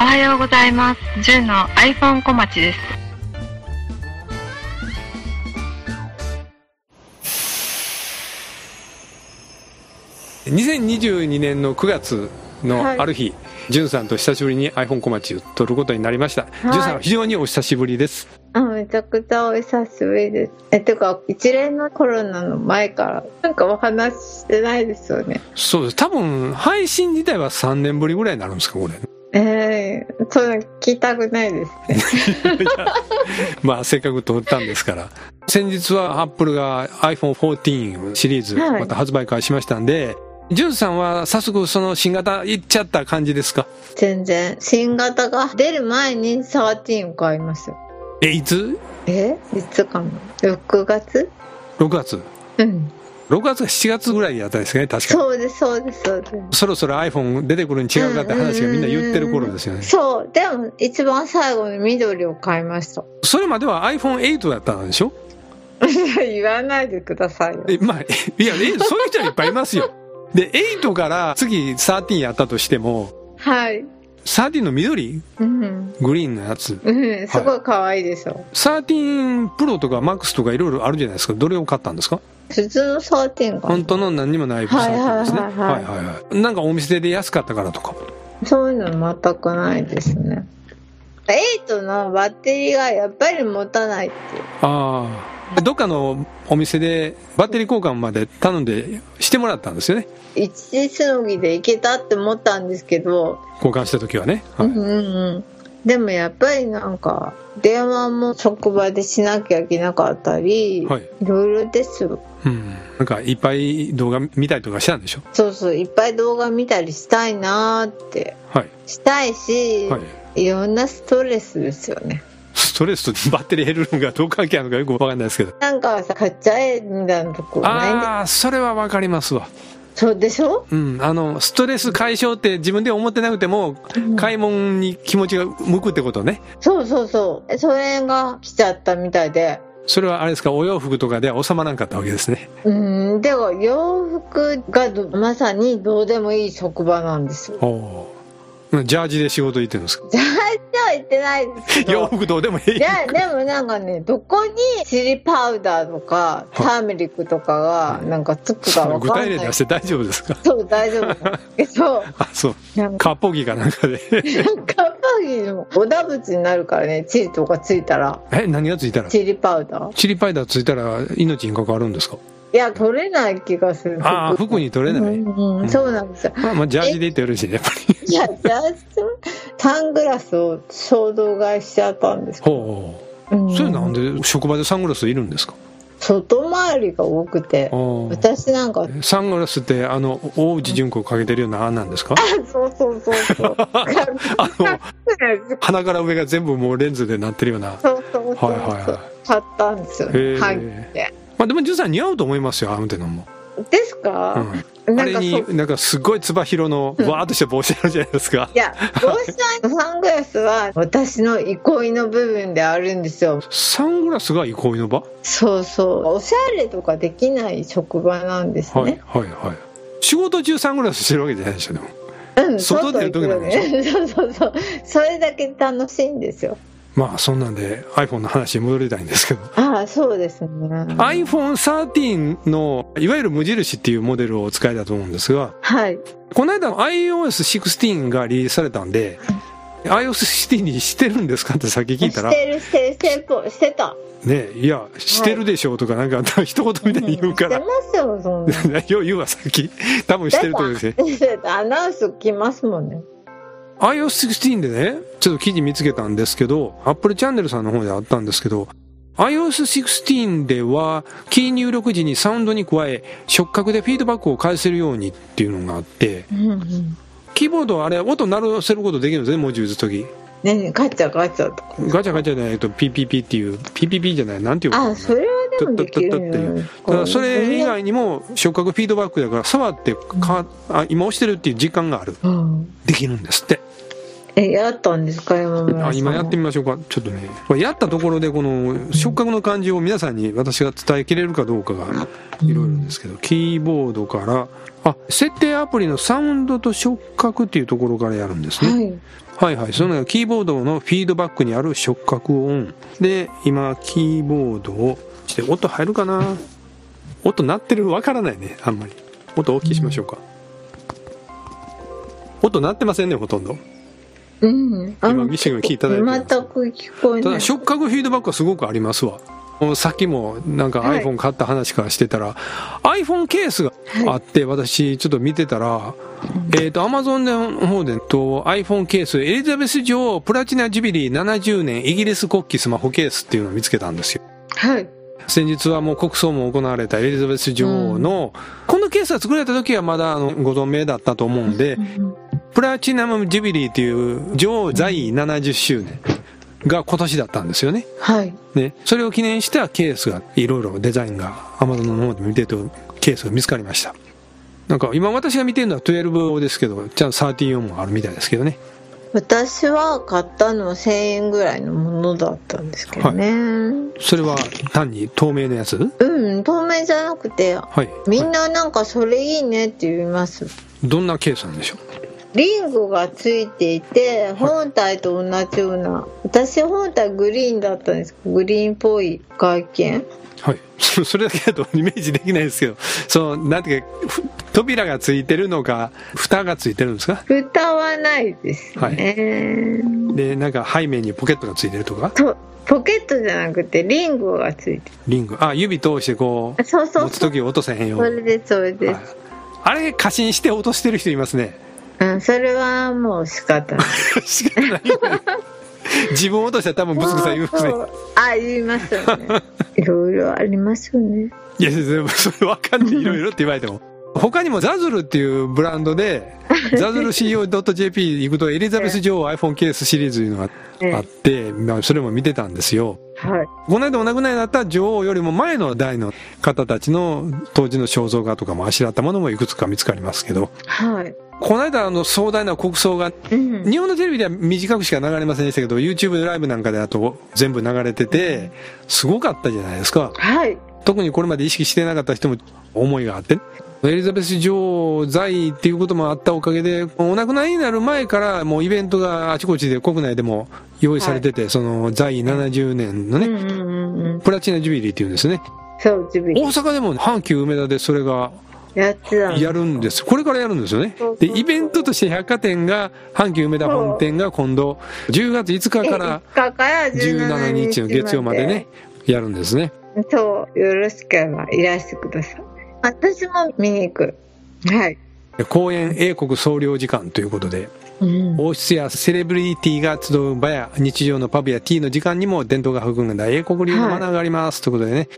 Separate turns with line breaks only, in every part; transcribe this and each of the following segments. おはようございます。10の iPhone 小町です。
2022年の9月の
はい
ある日、じゅんさんと久しぶりに iPhone 小町を撮ることになりました。じゅんさんは非常にお久しぶりです。
あめちゃくちゃお久しぶりです。え、てか、一連のコロナの前から、なんかお話ししてないですよね。
そうです。多分、配信自体は3年ぶりぐらいになるんですか、これ。
ええそういうの聞きたくないですね。
まあ、せっかく撮ったんですから。 先日は Apple が iPhone14 シリーズ、
はい
また発売会しましたんで、じゅんさんは早速その新型いっちゃった感じですか
全然。新型が出る前に13を買いました。
え、いつ
えいつかな ?6 月
?6 月
うん。
?6 月か7月ぐらいやったですね、確か
そうです、そうです、そうです。
そろそろ iPhone 出てくるに違うかって話がみんな言ってる頃ですよね。
そう。でも、一番最後に緑を買いました。
それまでは iPhone8 だったんでしょ
言わないでくださいよ。
え、まあ、えいや、えそういう人はいっぱいいますよ。で、8から次13やったとしても、
はい。
13の緑
うん。
グリーンのやつ。
うん、すごい可愛いでしょ。
13プロとか MAX とかいろいろあるじゃないですか。どれを買ったんですか
普通の13が。
本当の何にもない13ですね。
はいはいはいはい
はいはい。なんかお店で安かったからとか。
そういうの全くないですね。8のバッテリーがやっぱり持たないっていう。
ああ。どっかのお店でバッテリー交換まで頼んでしてもらったんですよね。
一時しのぎでいけたって思ったんですけど、
交換した時はね。はい
うんうんうん。でもやっぱりなんか、電話も職場でしなきゃいけなかったり、
はいい、
ろいろですよ。
うん、なんかいっぱい動画見たりとかしたんでしょ
そうそう、いっぱい動画見たりしたいなーって。
はい、
したいし、
はい、
い、ろんなストレスですよね。
ストレスとバッテリー減るのがどう関係あるのかよくわかんないですけど
なんかさ、買っちゃえみたいなとこないんで
ああそれはわかりますわ
そうでしょ
うんあのストレス解消って自分で思ってなくても
うん
買い物に気持ちが向くってことね
そうそうそう。それが来ちゃったみたいで。
それはあれですかお洋服とかでは収まらんかったわけですね
うん、でも洋服がどまさにどうでもいい職場なんですよ。
おおージャージで仕事行ってるんですか
じゃあ、じゃあ言ってないですけ
洋
ど。
服どうでもいい
いや、でもなんかね、どこにチリパウダーとか、ターメリックとかが、なんかつくか
その
わ
具
か
体
ん
例
ない
出。して大丈夫ですか
そう、大丈夫なんです けど、
あそう
なんか、
カッポギかなんかで
なんかやっぱりもうおだぶちになるからね、チリとかついたら、
え何がついたら
チリパウダー。
チリパイダーついたら命に関わるんですか
いや、取れない気がする。
ああ、服に取れない。
うんうん、そうなんですよ。
まあ、まあ、ジャージで言ってよろしいね、やっぱり。
いや、ジャージとサングラスを衝動買いしちゃったんです。
ほ
う
う。
ん
それなんで、職場でサングラスいるんですか
外回りが多くて
あ、ー
私なんか、
サングラスって、あの、大内純子をかけてるようなあんなん ですか
そうそうそう そう。
あの、鼻から上が全部もうレンズでなってるような。
そうそうそうそう、
はいはいは
買ったんですよ
へー
ね。入って。
まあ、でも、ジュンさん似合うと思いますよ、あの手のも。
です
う
か、
ん。あ
なん
れ
かそう。
に、なんかすごいつば広の、わーっとした帽子あるじゃないですか
い。や、帽子のサングラスは私の憩いの部分であるんですよ。
サングラスが憩いの場
そうそう。おしゃれとかできない職場なんです
はい、
ね。
はい、はい。仕事中サングラスしてるわけじゃないでしょ、でも。
うん、
外出る時なんでしょ
ね。そうそうそう。それだけ楽しいんですよ。
まあ、そんなんで iPhone の話に戻りたいんですけど。
ああ、そうですね。
iPhone13 のいわゆる無印っていうモデルをお使いだと思うんですが
はい。
この間 iOS16 がリリースされたんで iOS16 にしてるんですかってさっき聞いたら
してる、してる、してるぽ、してた。
「ねいやしてるでしょ」とか なんか一言みたい に言うか
し
ら
てますよ、そ んな。
よう言うわさっき多分してると思うんですね
だってアナウンス来ますもんね。
iOS16 でねちょっと記事見つけたんですけど Apple チャンネルさんの方であったんですけど iOS16 ではキー入力時にサウンドに加え触覚でフィードバックを返せるようにっていうのがあって
うんうん。
キーボードはあれ音鳴らせることできるんですね文字打つとき
ねガチャガチャとか。
ガチャガチャじゃないと PPP っていう PPP じゃないなんていう
あ、それはでもできるんじゃないです
ただ
か。
それ以外にも触覚フィードバックだから触ってかあ今押してるっていう実感がある
うん。
できるんですって
え、やったんですか、山村さん。
あ今やってみましょうかちょっとねこれやったところでこの触覚の感じを皆さんに私が伝えきれるかどうかがいろいろですけどキーボードからあ設定アプリのサウンドと触覚っていうところからやるんですね、
はい。
はいはいそのキーボードのフィードバックにある触覚をオンで今キーボードをして音入るかな音鳴ってるわからないねあんまり音大きいしましょうか音鳴ってませんねほとんど
うん。あ
今ミシェルが聞いただいてます
全く聞こえ
た
ない
だ。触覚フィードバックはすごくありますわもうさっきもなんか
はい
iPhone 買った話からしてたら、iPhone ケースがあって私ちょっと見てたら、えっ、と Amazon の方でと iPhone ケースエリザベス女王プラチナジュビリー70年イギリス国旗スマホケースっていうのを見つけたんですよ
はい。
先日はもう国葬も行われたエリザベス女王の、このケースが作られた時はまだあのご存命だったと思うんで、プラチナムジュビリーっていう女王在位70周年が今年だったんですよね
はい。
ね、それを記念したケースがいろいろデザインが Amazon の方で見てるとケースが見つかりましたなんか今私が見てるのは12ですけどちゃんと34もあるみたいですけどね
私は買ったの1000円ぐらいのものだったんですけどね。
それは単に透明のやつ
うん、透明じゃなくて、
はい
みんななんかそれいいねって言います。
どんなケースなんでしょ
リングがついていて、本体と同じような。私本体グリーンだったんですけどグリーンっぽい外見。
うはい そそれだけだとイメージできないですけどそのなんていうかふ扉がついてるのか蓋がついてるんですか
蓋はないですね。
はいでなんか背面にポケットがついてるとか
とポケットじゃなくてリングがついて
リングあ指通してこ
る。そう
う
そう
持つ
そう。
時落とせへんよ
そうれ
に
です、それ
は
で
い
す。
あれ過信して落としてる人います ね
うん、それはもう仕方ない。
しかないよね自分落としたら多分ブスクさん言いますね
そうあ、言いますよ ね。いろいろありますよね。
いや全部それ分かんないいろいろって言われても他にもザズルっていうブランド でザズル CO.jp 行くとエリザベス女王 iPhone ケースシリーズいうのがあって、まあ、それも見てたんですよ
はい。
この間お亡くなりになった女王よりも前の代の方たちの当時の肖像画とかもあしらったものもいくつか見つかりますけど
はい。
この間あの壮大な国葬が
うん。
日本のテレビでは短くしか流れませんでしたけど YouTube ライブなんかであと全部流れててすごかったじゃないですか
はい。
特にこれまで意識してなかった人も思いがあってエリザベス女王在位っていうこともあったおかげでお亡くなりになる前からもうイベントがあちこちで国内でも用意されてて、その在位70年のね、
うんうんうんうん。
プラチナジュビリーっていうんですね
そう、自分
大阪でも阪急梅田でそれが
やってたの
やるんですこれからやるんですよね
そうそう
で
そう
イベントとして百貨店が阪急梅田本店が今度10月5日から
5日から
17
17
日
日
の月曜までねやるんですね
そうよろしければいらしてください私も見に行くはい、
公演英国総領事館ということで
うん、
王室やセレブリティが集う場や日常のパブやティーの時間にも伝統が含んだ英国流のマナーがあります、ということでね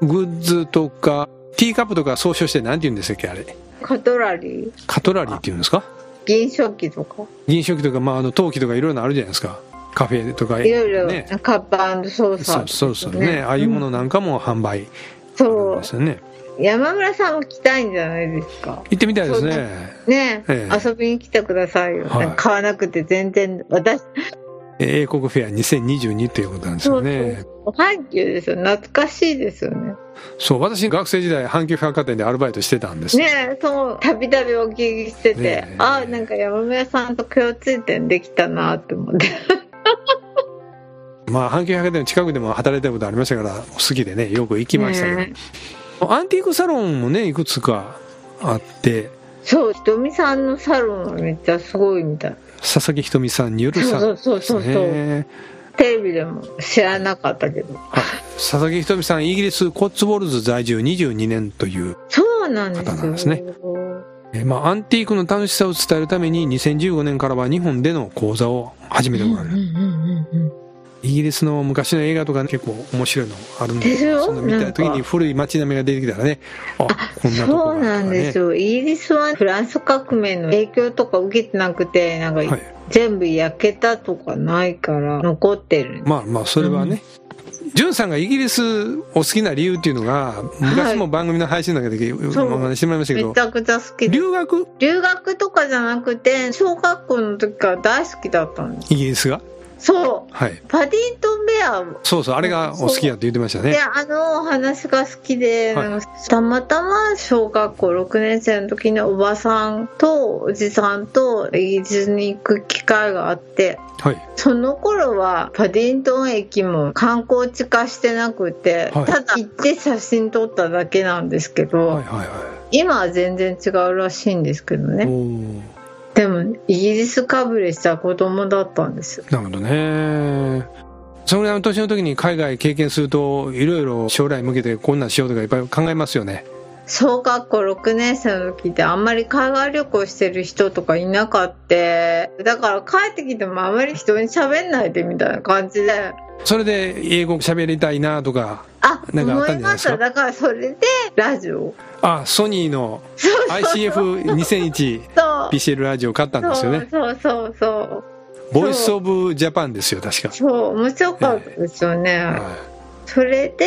グッズとかティーカップとか総称して何て言うんでしたっけあれ
カトラリー
カトラリーっていうんですか
銀食器とか
銀食器とか、まあ、あの陶器とかいろいろあるじゃないですかカフェとか
いろいろ、
ね
カッパソー
そ
サー
うそうそうね、ああいうものなんかも販売
そ
ですよね
う山村さんも来たいんじゃないですか
行ってみたいですね
そうねえ、
ええ
遊びに来てくださいよ、
はい
買わなくて全然私
英国フェア2022ということなんですよねそう
そう阪急ですよ懐かしいですよね
私学生時代阪急百貨店でアルバイトしてたんです、
ねえそうたびたびお聞きしてて、
ねえ
あなんか山村さんと共通点できたなって思って
まあ阪急百貨店の近くでも働いたことありましたから好きでねよく行きましたけど、
ね
アンティークサロンもねいくつかあって
えそうひとみさんのサロンはめっちゃすごいみたい
佐々木ひとみさんによるサロンです
そうそうそうそうそう
ね
テレビでも知らなかったけど
はい佐々木ひとみさんイギリスコッツウォルズ在住22年という
そうなんですよ
方なんですねえーまあ、アンティークの楽しさを伝えるために2015年からは日本での講座を始めておられる、イギリスの昔の映画とか、ね、結構面白いのあるんで
ですよ
その見た時
なん
に
か
古い街並みが出てきたらねあこんなとこ
そう
があ
な
ると
ん
か
で
ね
すよイギリスはフランス革命の影響とか受けてなくてなんか
はい
全部焼けたとかないから残ってる、
まあまあそれはね、ジュンさんがイギリスお好きな理由っていうのが、昔も番組の配信の中で
そう
お話ししてもらいましたけ
め
ど
ち、ゃくちゃ好きで
留学
留学とかじゃなくて小学校の時から大好きだったんです
イギリスが
そう
はい。
パディントンベアも
そうそう、あれがお好きやって言ってました
で
ね。
あのお話が好きで、
はい
なんかたまたま小学校6年生の時におばさんとおじさんとイギリスに行く機会があって
はい。
その頃はパディントン駅も観光地化してなくて、
はい
ただ行って写真撮っただけなんですけど、
はいはいは
今は全然違うらしいんですけど
い。お
ね
ー
でもイギリスかぶれした子供だったんですよ
なるほどね。そのぐらいの年の時に海外経験すると、いろいろ将来向けてこんなんしようとかいっぱい考えますよね。
小学校6年生の時ってあんまり海外旅行してる人とかいなかってだから帰ってきてもあんまり人に喋んないでみたいな感じで
それで英語喋りたいなとか、
あ
なんかあっ
思
たんじゃ
い
ない
ま
で
し
すか
ただからそれでラジオ
あ、ソニーの ICF2001
そう
PCL ラジオ買ったんですよね。
そうそうそう
ボイスオブジャパンですよ、確か。
そう面白かったですよね、
はい
それで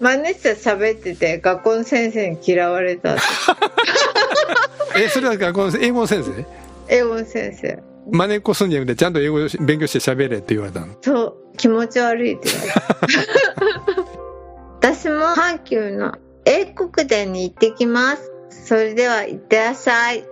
真似して喋ってて学校の先生に嫌われたって
えそれは学校の英語の先生
英語の先生
真似っこすんじゃなくてちゃんと英語を勉強して喋れって言われたの
そう気持ち悪いって言われた私も阪急の英国店に行ってきますそれでは行ってらっしゃい